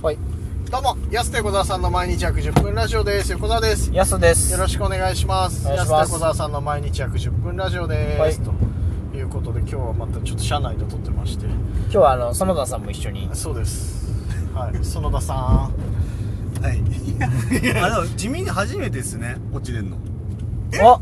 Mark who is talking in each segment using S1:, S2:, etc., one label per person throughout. S1: はい。
S2: どうも、やすと横澤さんの毎日約10分ラジオです。横澤です。よ
S1: やすです。
S2: ろ
S1: し
S2: しくお願いします。
S1: お願い
S2: や
S1: し
S2: すと
S1: ます
S2: 横澤さんの毎日約10分ラジオです。
S1: はい
S2: ということで、今日はまたちょっと車内で撮ってまして。
S1: く。今日はあの、園田さんも一緒に。
S2: そうです。 はい、園田さん。
S3: はい。あでも地味に初めてですね。落ちれんの。
S1: お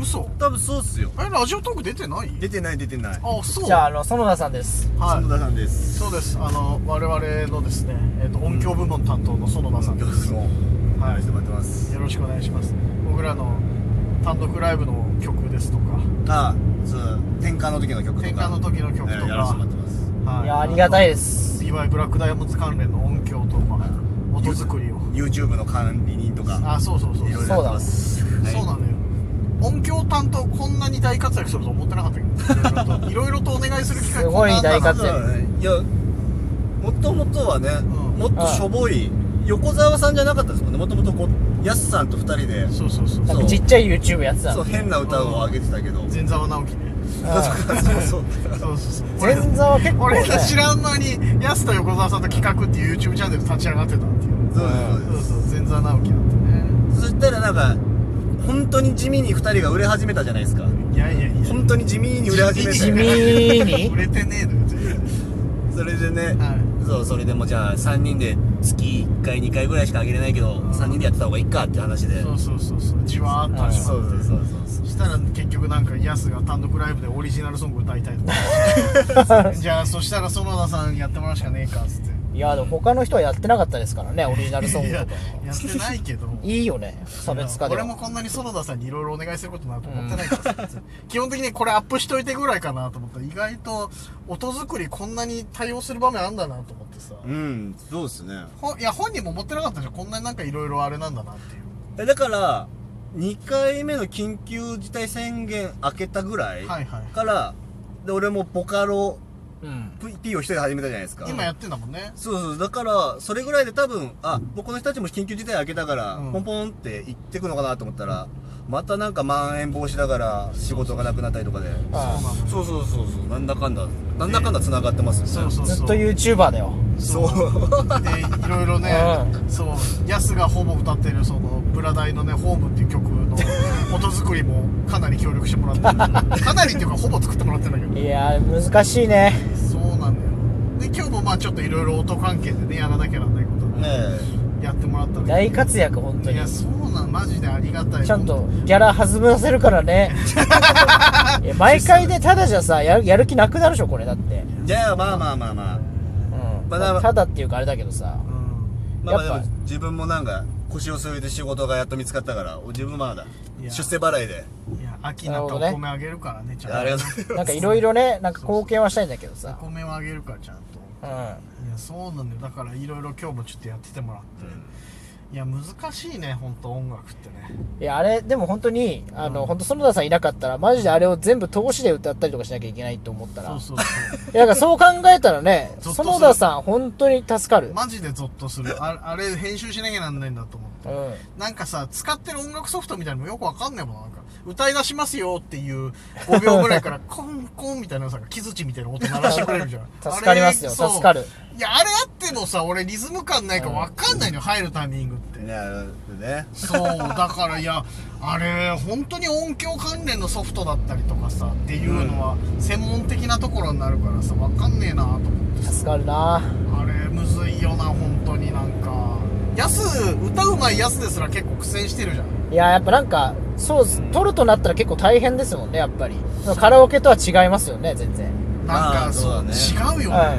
S2: 嘘
S3: 多分そうっすよ。
S2: え、ラジオトーク出てない
S3: 出てない出てない。
S2: あ、そう。
S1: じゃあ、あの、園田さんです。
S2: はい
S3: 園。田さんです。
S2: そうです。あの、我々のですね、えっ、と、音響部門担当の園田さんで
S3: よろし
S2: す。
S3: く
S2: よ
S3: お願いしてもらってます。
S2: ろしくお願いします。僕らの単独ライブの曲ですとか、
S3: あ、そう。転換の時の曲とか。
S2: 転換の時の曲とか、
S3: えーやらせてもらってます。
S2: はい。
S1: や、ありがたいですす。
S2: いわゆるブラックダイヤモンドズ関連の音響とか、音作りを。
S3: YouTube の管理人とか。
S2: あ、そうそうそう。
S3: いろいろ
S2: そ
S3: や
S2: う
S3: ってます。はい
S2: そうなのよ。音響担当こんなに大活躍すると思ってなかったけど、いろいろといろいろとお願いする機会
S1: す
S2: こ
S1: ご
S2: ん
S1: い
S2: なあった
S1: 大活
S2: な
S1: 躍
S3: そうだねいや、もともとはね、
S2: ん
S3: もっとしょぼい。横澤さんじゃなかったですもんね。もともとこう、やすさんと二人で、
S2: そうそうそう
S1: な
S2: そ
S1: ん
S2: う
S1: か。ちっちゃい YouTube やってた
S3: そう、。変な歌を上げてたけど。
S2: 前沢直樹ね。
S1: うん
S3: そうそう。
S2: そうそうそう。俺
S1: 前座は結構ね
S2: 俺ら知らん間に、やすと横澤さんと企画っていう YouTube チャンネル立ち上がってたっていう。
S3: そうそう
S2: そうそう、前沢直樹だってね。
S3: そしたらなんか本当に地味に2人が売れ始めたじゃないですか
S2: いやいやいや。
S3: 本当に地味に売れ始めた
S1: 地
S3: よ
S1: 味
S3: ね
S1: に
S2: 売れてねえのよ、全然
S3: それでね、
S2: はい。
S3: そうそれでもじゃあ3人で月1回2回ぐらいしかあげれないけど
S2: うん
S3: 3人でやってた方がいいかって話で
S2: そうそうそうそうじわーっと始
S3: そ
S2: ま
S3: う
S2: っ
S3: そう
S2: て
S3: そうそう
S2: したら結局なんかヤスが単独ライブでオリジナルソング歌いたいとかじゃあそしたら園田さんやってもらうしかねえかっつって
S1: いや、でも他の人はやってなかったですからね、オリジナルソング
S2: い
S1: と
S2: や
S1: か。
S2: やってないけど
S1: いいよね、差別化で
S2: 俺
S1: は。
S2: もこんなに園田さんにいろいろお願いすることなんか思ってないからさ、別に基本的にこれアップしといてぐらいかなと思ったら意外と音作りこんなに対応する場面あんだなと思ってさ、
S3: うんそうですね
S2: ほいや本人も思ってなかったじゃんこんなになんかいろいろあれなんだなっていう
S3: えだから2回目の緊急事態宣言明けたぐらい
S2: はいはい
S3: からで俺もボカロ
S1: うん。
S3: P- P を一人で始めたじゃないですか
S2: 今やってんだもんね
S3: そうそう、だから、それぐらいで多分、あ、もうこの人たちも緊急事態開けたから、
S2: うん
S3: ポンポンって行ってくのかなと思ったら、またなんかまん延防止だから、仕事がなくなったりとかで。
S1: あ
S2: そうなのよ
S3: そうそうそうそう、なんだかんだ、なんだかんだ繋がってます
S2: そ
S3: よ
S2: う
S3: ね。
S2: そうそう
S1: ずっと YouTuber だよ。
S3: そう。
S2: でいろいろね、そうヤスがほぼ歌ってるそのブラダイのね「ホーム」っていう曲の音作りもかなり協力してもらってるかなりっていうかほぼ作ってもらってんだけ ど
S1: いや、難しいね。
S2: そうなんだよで今日もまあちょっといろいろ音関係でねやらなきゃなんないこと
S3: ね
S2: ねやってもらったんだけ
S1: 大活躍、本当
S2: どい
S1: に
S2: や。そうなんマジでありがたい
S1: ちゃんとギャラ弾ませるから ね。いや毎回でただじゃさやる、やる気なくなるでしょ、これだって。
S3: え。じゃあ、まあまあまあまあ。
S1: うん
S3: まあだから
S1: ただっていうかあれだけどさ
S2: うん
S3: まあまあ
S1: やっぱ
S3: でも、自分もなんか、腰を据えて仕事がやっと見つかったから、自分まだ
S2: い、や
S3: 出世払いで。
S2: いや秋になった
S1: な
S2: ら
S1: る
S2: お
S1: ほど
S2: 米あげるからねちゃ
S3: あ
S2: ん
S3: り
S2: と
S3: がとうございます。
S1: なんかいろいろねなんか貢献はしたいんだけどさ
S2: お米をあげるからちゃんと
S1: うん
S2: いやそうなんだよだからいろいろ今日もちょっとやっててもらって、いや難しいね本当音楽ってね
S1: いやあれでも本当にあの本当園田さんいなかったらマジであれを全部通しで歌ったりとかしなきゃいけないと思ったら
S2: そうそうそ
S1: いやだからそう考えたらね
S2: ゾッとする
S1: 園田さん本当に助かる
S2: うマジでゾッとするああれ編集しなきゃなんないんだと思って
S1: うん
S2: なんかさ使ってる音楽ソフトみたいなのもよくわかんないもんなんか歌い出しますよっていう5秒ぐら いからコンコンみたいなさ木槌みたいな音鳴らしてくれるじゃん
S1: 助かりますよ
S2: あれそう
S1: 助かる
S2: いやあれあってもさ俺リズム感ないからわかんないのよ入るタイミングって
S3: いや、ね。
S2: そうだからいやあれ本当に音響関連のソフトだったりとかさっていうのは専門的なところになるからさ分かんねえなと思って
S1: 助かるな
S2: あれむずいよな本当になんかやす歌うまいやすですら結構苦戦してるじゃん
S1: いややっぱなんかそう撮るとなったら結構大変ですもんねやっぱりそのカラオケとは違いますよね全然
S2: なん
S3: あ
S2: か
S3: ーそうだね
S2: 違うよね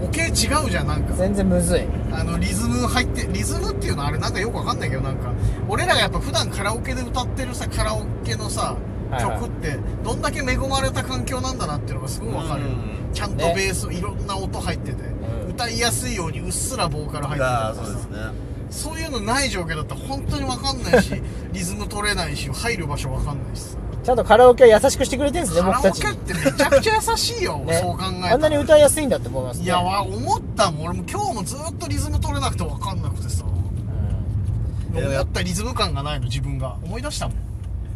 S1: う
S2: 模型違うじゃんなん
S1: ん
S2: か
S1: 全然むずい
S2: あのリズム入ってリズムっていうのはあれなんかよくわかんないけどなんか俺らがやっぱ普段カラオケで歌ってるさカラオケのさ
S1: はいはい
S2: 曲ってどんだけ恵まれた環境なんだなっていうのがすごいわかるよ
S3: うん
S2: ちゃんとベース、いろんな音入ってて、
S1: ん
S2: 歌いやすいようにうっすらボーカル入
S3: い
S2: ってた
S3: や、
S2: りと
S3: そう
S2: か
S3: ですね。
S2: そういうのない状況だったら本当にわかんないし リズム取れないし入る場所わかんないしさ
S1: ちゃんとカラオケは優しくしてくれてるんですね
S2: カラ
S1: 僕
S2: オ
S1: た
S2: ケ
S1: ちに
S2: ってめちゃくちゃ優しいよ、そう考えたら
S1: あんなに歌いやすいんだって思いますね
S2: いやわ思ったもん俺も今日もずっとリズム取れなくてわかんなくてさ
S1: うん
S2: 思ったリズム感がないの自分が思い出したもん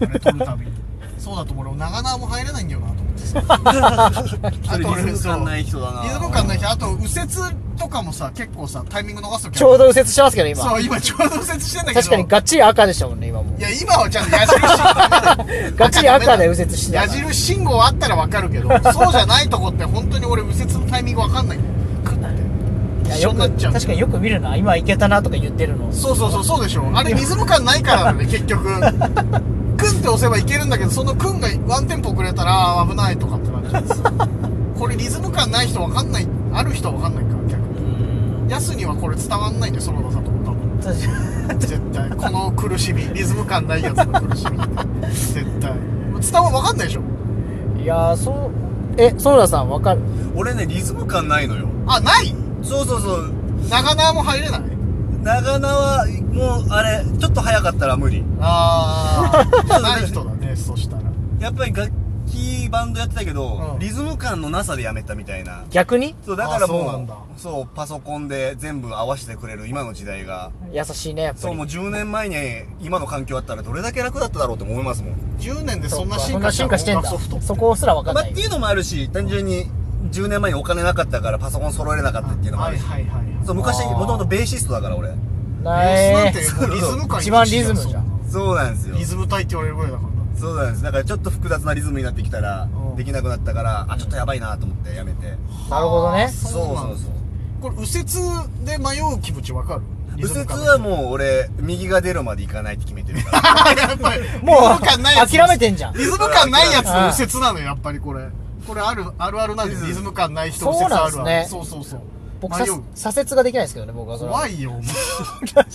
S2: あれ取るたびにそうだと思う俺長縄も入れないんだよなと思ってさ
S3: そ
S2: あ
S3: れ
S2: と
S3: リ
S2: 俺
S3: ズム感ない人だ
S2: そ
S3: な
S2: うリズム感ない人あと右折とかもさ結構さタイミング逃すとき
S1: ちょうど右折してますけど、今。
S2: そう今ちょうど右折してんだけど
S1: 確かにがっちり赤でしたもんね、今も
S2: い。や今はちゃんと 矢 印
S1: がっちり赤で右折してた
S2: 矢
S1: から。
S2: 印信号あったらわかるけどそうじゃないとこって本当に俺右折のタイミングわかんないクッ
S1: い
S2: て
S1: や
S2: 一緒
S1: よ
S2: にな
S1: く
S2: っちゃう
S1: 確かによく見るな。今行けたなとか言ってるの。
S2: そうそうそうそうでしょあれリズム感ないからだ ね結局クンって押せばいけるんだけどそのクンがワンテンポ遅れたらあー危ないとかってなっちゃうんですよこれリズム感ない人わかんないある人はわかんないから逆に
S1: うん
S2: ヤスにはこれ伝わんないんで園田さんと思った
S1: 確かに
S2: 絶対この苦しみリズム感ないやつの苦しみ絶対伝わ分かんないでしょ
S1: いやーそうえ園田さんわかる
S3: 俺ねリズム感ないのよ
S2: あない
S3: そうそうそう
S2: 長縄も入れない
S3: 長縄もうあれちょっと早かったら無理
S2: ああない人だねそしたら
S3: やっぱり楽器バンドやってたけど、
S2: うん
S3: リズム感のなさでやめたみたいな
S1: 逆に
S3: そうだからも
S2: あそう
S3: う
S2: なんだ
S3: そうパソコンで全部合わせてくれる今の時代が
S1: 優しいねやっぱり
S3: そうもう10年前に今の環境あったらどれだけ楽だっただろうって思いますもん
S2: 10年で
S1: そ
S2: そ
S1: っ
S2: ん
S1: か
S2: な
S1: そ
S2: 進
S1: んな
S2: 化した
S1: 進化してんだ
S2: 音楽ソフト
S1: そこすらわかん
S3: まあ、
S1: な
S3: っ
S1: い
S3: ていうのもあるし単純に10年前にお金なかったからパソコン揃えれなかったっていうのもあ
S2: はい
S3: るし、
S2: はいはいはい
S3: そう昔
S1: あー
S3: もともとベーシストだから俺
S1: ない
S2: ベースなんてもうリズム感
S1: 一番リズムじゃん
S3: そうなんですよ
S2: リズム体って言われるぐらいだからな
S3: そうなんですだからちょっと複雑なリズムになってきたら
S2: うん
S3: できなくなったからあちょっとやばいなと思ってやめて
S1: なるほどね
S2: はあ
S3: そう
S2: そうな
S3: そ
S2: ん
S3: う
S2: だ
S3: そう
S2: これ右折で迷う気持ち分かるリ
S3: 右
S2: ズム
S3: 折
S2: 感
S3: はもう俺右が出るまで行かないって決めてるから
S2: やっぱり
S1: も
S2: リズム
S1: う
S2: 感ないやつ
S1: 諦めてんじゃん
S2: リズム感ないやつの右折なのよやっぱりこれこれあるあるあるなんですリズム感ない人右折ある
S1: そう
S2: あ
S1: なん
S2: る
S1: ですね
S2: そうそうそう
S1: 僕
S2: 迷
S1: さ
S2: う
S1: 左折ができないですけどね僕はそれは
S2: 怖いよ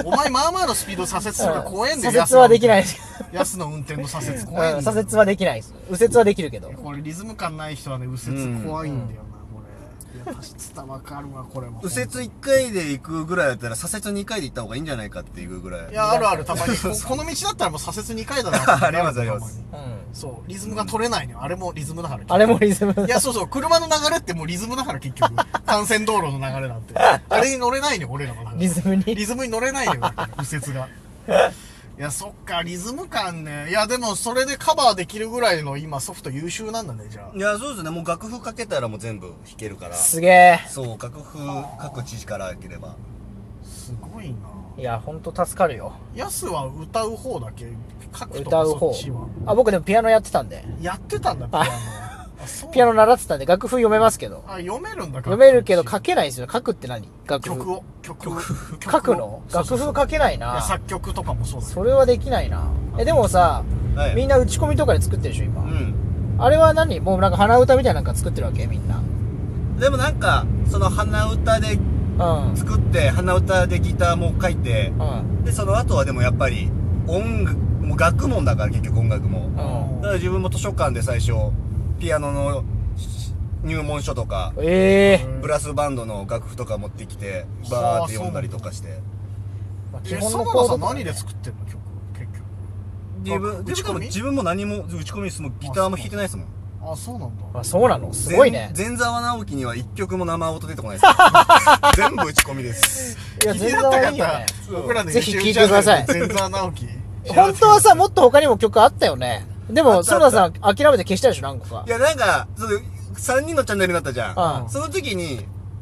S2: お 前お前まあまあのスピード左折するから怖えんだよ
S1: 左折はできないです
S2: ヤスの運転の左折怖えんだ
S1: うん
S2: よ
S1: 左折はできないです右折はできるけど
S2: これリズム感ない人はね右折怖いんだよな、これいや確かにわかるわこれも
S3: 右折1回で行くぐらいだったら左折2回で行った方がいいんじゃないかっていうぐらい
S2: いやあるあるた まにここの道だったらもう左折2回だな
S3: ありますあります
S2: たに
S1: うん
S2: そうリズムが取れないのよあれもリズムだから
S1: あれもリズム
S2: いや、そうそう、車の流れってもうリズムだから 結局。幹線道路の流れなんて。あれに乗れないのよ、俺らの。
S1: リズムに
S2: リズムに乗れないのよ、右 折が。いや、そっか、リズム感ね。いや、でも、それでカバーできるぐらいの今、ソフト優秀なんだね、じゃ
S3: いやそうですねもう楽譜かけたらもう全部弾けるから
S1: すげ
S3: そう楽譜各知から開ければ
S2: あ。すごいな。
S1: えいやほんと助かるよ
S2: ヤスは歌う方だけ書くと
S1: 歌
S2: か
S1: う
S2: そ
S1: 方
S2: っちは。
S1: あ僕でもピアノやってたんで
S2: やってたんだ、ピアノ。あそう
S1: ピアノ習ってたんで楽譜読めますけど
S2: あ、読めるんだ、
S1: 読めるけど書
S2: 楽
S1: けないですよ書くって何楽譜
S2: 曲を。曲を。曲を
S1: 書くの
S2: そうそ
S1: 楽
S2: うそう
S1: 譜書けない
S2: いや
S1: な
S2: 作曲とかもそうだけど
S1: それはできないなえでもさ、
S3: はい
S1: みんな打ち込みとかで作ってるでしょ
S3: う
S1: 今、
S3: ん
S1: あれは何もうなんか鼻歌みたいなのなんか作ってるわけみんな
S3: でもなんかその鼻歌で
S1: うん
S3: 作って鼻歌でギターも書いて
S1: うん
S3: でその後はでもやっぱり音楽もう学問だから結局音楽も
S1: う
S3: だ
S1: ん
S3: から自分も図書館で最初ピアノのし入門書とか
S1: ええ
S2: うん
S3: ブラスバンドの楽譜とか持ってきて
S2: はあ
S3: バーって読んだりとかして
S1: まあ
S2: え、園
S1: コ
S2: 田
S1: ー
S2: さ
S1: ド
S2: ん
S1: とかね
S2: 何で作ってんの曲結局
S3: 自分
S2: 打
S3: で
S2: ち込み
S3: も自分も何も打ち込みですもうギターも弾いてないですもん
S2: あそうなんだ
S1: あそうなのすごいね
S3: 前前澤直樹には一曲も生音出てこないです全部打ち込みです
S1: いや
S2: 気に
S1: 全
S2: な
S1: 然
S2: った
S1: いいよ
S2: 方
S1: ね
S2: 僕らの
S1: ぜひ聞いてください
S2: 前澤直樹
S1: 本当はさもっと他にも曲あったよねで
S3: あ
S1: も
S3: った
S1: 園田さん諦めて消したでしょ何個か
S3: いやなんかその3人のチャンネルになったじゃん
S1: うん
S3: その時に、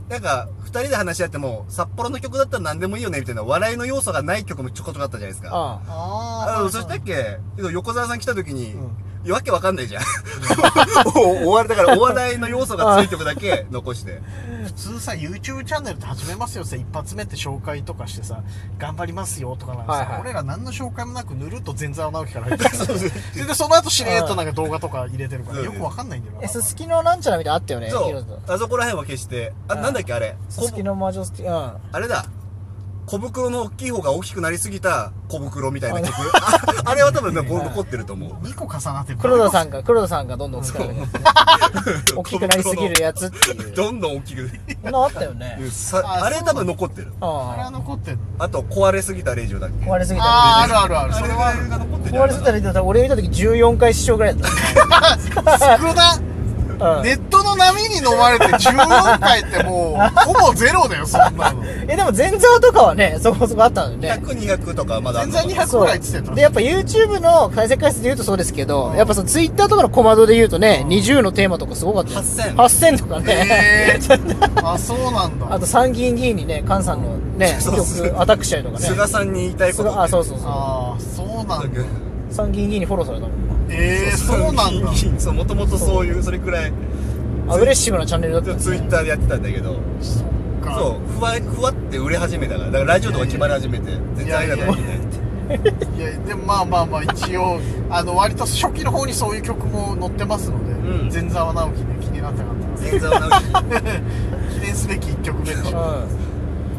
S3: なんか、二人で話し合っても、札幌の曲だったら何でもいいよね、みたいな、笑いの要素がない曲もちょこちょこあったじゃないですか。
S1: う
S2: あ
S3: あ
S2: あ
S3: の、そしたっけ、横澤さん来た時に、わけわかんないじゃん。 おお笑いだから、お笑いの要素がついてるだけ残して。
S2: 普通さ YouTube チャンネルって始めますよさ一発目って紹介とかしてさ頑張りますよとかなんかさ、
S1: はいはい
S2: 俺ら何の紹介もなくぬるっと前澤直樹から入って るででその後しれーっとなんか動画とか入れてるから
S3: うん
S2: よくわかんないんだよ
S1: んえ
S2: な
S1: すすきのなんちゃらみたいなのあったよね
S3: そ
S1: ヒロ
S3: う
S1: ト。
S3: あそこら辺は消して、あ、
S1: うん
S3: なんだっけ、あれ。
S1: す
S3: こ
S1: すきの魔女スキうんあ
S3: あれだ。小袋の大きい方が大きくなりすぎた小袋みたいな曲。ああれは多 分残残ってると思う。
S2: 2個重なってる
S1: 黒田さんが黒田さんがどんどん作られて る大きくなりすぎるやつっていう
S3: どんどん大 きく。
S1: そんなのあったよね
S3: さ
S2: あ
S3: あれ多分残ってる。
S2: あれは
S1: あ
S2: 残ってんの
S3: あと、壊れすぎたレジオだっけ
S1: あ壊れすぎた
S2: あああるあるあるそれはある
S3: が残って
S1: 壊れてたら俺見た時14回師匠ぐらいだっ
S2: 少な
S1: うん
S2: ネットの波に飲まれて14回ってもう、ほぼゼロだよ、そんなの。
S1: え、でも前座とかはね、そこそこあったんだよね。
S3: 100、200とかまだあん
S2: 全
S3: の
S2: 然
S3: かな。
S2: 200ぐらいっつってた
S1: で、。やっぱ YouTube の再生回数で言うとそうですけど、やっぱその Twitter とかのコマドで言うとね、20のテーマとかすごかったよ。
S3: 8000
S1: 8000とかね。
S2: えー、あ、そうなんだ。
S1: あと参議院議員にね、菅さんのね、
S3: そうそう
S1: 曲アタックしたりとかね。
S3: 菅さんに言いたいこと
S1: 菅あ、そう
S3: そ
S1: そうそ
S2: ああ、そうなんだ。
S1: う。参議院議員にフォローされたもん。
S2: えー、そうなんだ。
S3: そうもともとそういうそれくらい
S1: アグレッシブなチャンネルだった、ね。
S3: ツイッターでやってたんだけど
S2: そっか。
S3: そうふわふわって売れ始めたからだからラジオとか決まり始めて全然会えなくなって
S2: いやでもまあまあまあ一応あの割と初期の方にそういう曲も載ってますので、
S3: うん
S2: 前澤直樹ね気になってなかったな
S3: 全然会わなくて
S2: 記念すべき1曲目でし
S1: う
S2: ょ
S1: ん。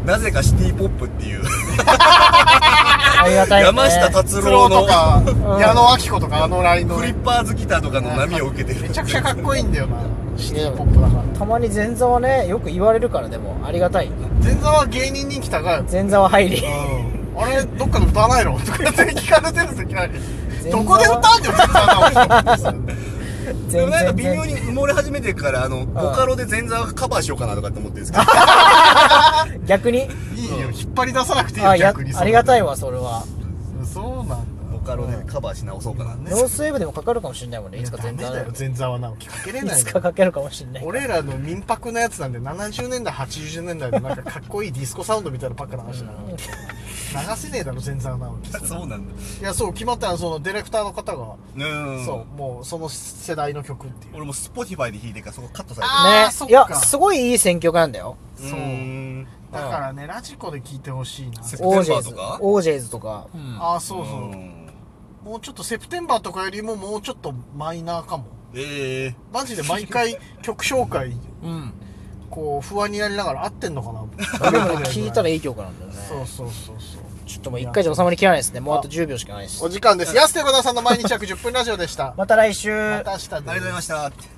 S3: なぜかシティポップっていう
S1: ありがたい、ね。
S3: 山下達
S2: 達
S3: 郎
S2: 郎
S3: の
S2: とか
S1: ん
S2: 矢野顕子とかあのラインの
S3: フリ
S2: ね、
S3: ッパーズギターとかの波を受けてる
S2: めちゃくちゃかっこいいんだよなシティポップだから
S1: たまに前座はね、よく言われるからでも、ありがたい。
S2: 前澤は芸人に来たが
S1: 前座は入 り。
S2: あれどっかで歌わないのとかって聞かれてるんですよいきなり
S1: 全
S2: ど
S1: 然
S2: こで歌うんだよ前澤直樹
S3: でもなんか微妙
S1: に。
S3: に埋もれ始めてからあのボカロで全座カバーしようかなとかって思ってるんですけど
S1: 逆に。
S2: いいよ引っ張り出さなくていいよ
S1: あ、や
S2: 逆に、
S1: ありが
S2: い
S1: たいわ、それは。
S2: そうなんだ
S3: ボカロでカバーし直そうかな
S1: ノースウェーブでもかかるかもしれないもんね、いつか前
S2: い
S1: 座
S2: やダメだよ前澤直樹かけれ
S1: い
S2: ない
S1: つ
S2: よ
S1: かかけるかもしれない。
S2: 俺らの民泊のやつなんで70年代80年代のなんかかっこいいディスコサウンドみたいなのばっか流してたから流せねえだろ全然直樹
S3: そうなんだ
S2: いやそう決まったらそのディレクターの方が、
S3: うん
S2: そうもうその世代の曲っていう
S3: 俺も Spotify で弾いてるからそこカットさ
S2: あ
S1: ね
S2: ーそっか
S1: いや、すごいいい選曲なんだよ。
S3: れ
S2: そ
S3: てる
S2: う
S3: ーん
S2: だからねラジコで聴いてほしいな
S3: セプ
S1: オー
S3: テン
S1: ジェ
S3: バ
S1: イ
S3: ー
S1: ズ
S3: とか
S1: オージェイズとか。うん
S2: ああそうそう
S3: ーん
S2: もうちょっとセプテンバーとかよりももうちょっとマイナーかも
S3: ええ
S2: マジで毎回曲紹介
S1: うん。
S2: こう不安になりながら合ってんのかな
S1: でも聞いたら
S2: いい
S1: いい曲なんだよね。
S2: そうそうそうそう
S1: ちょっともう一回じゃ収まりきらないですね。もうあと10秒しかないです
S2: お。時間です安手小田さんの毎日約10分ラジオでした
S1: また来週。
S2: また明日です
S3: ありがとうございました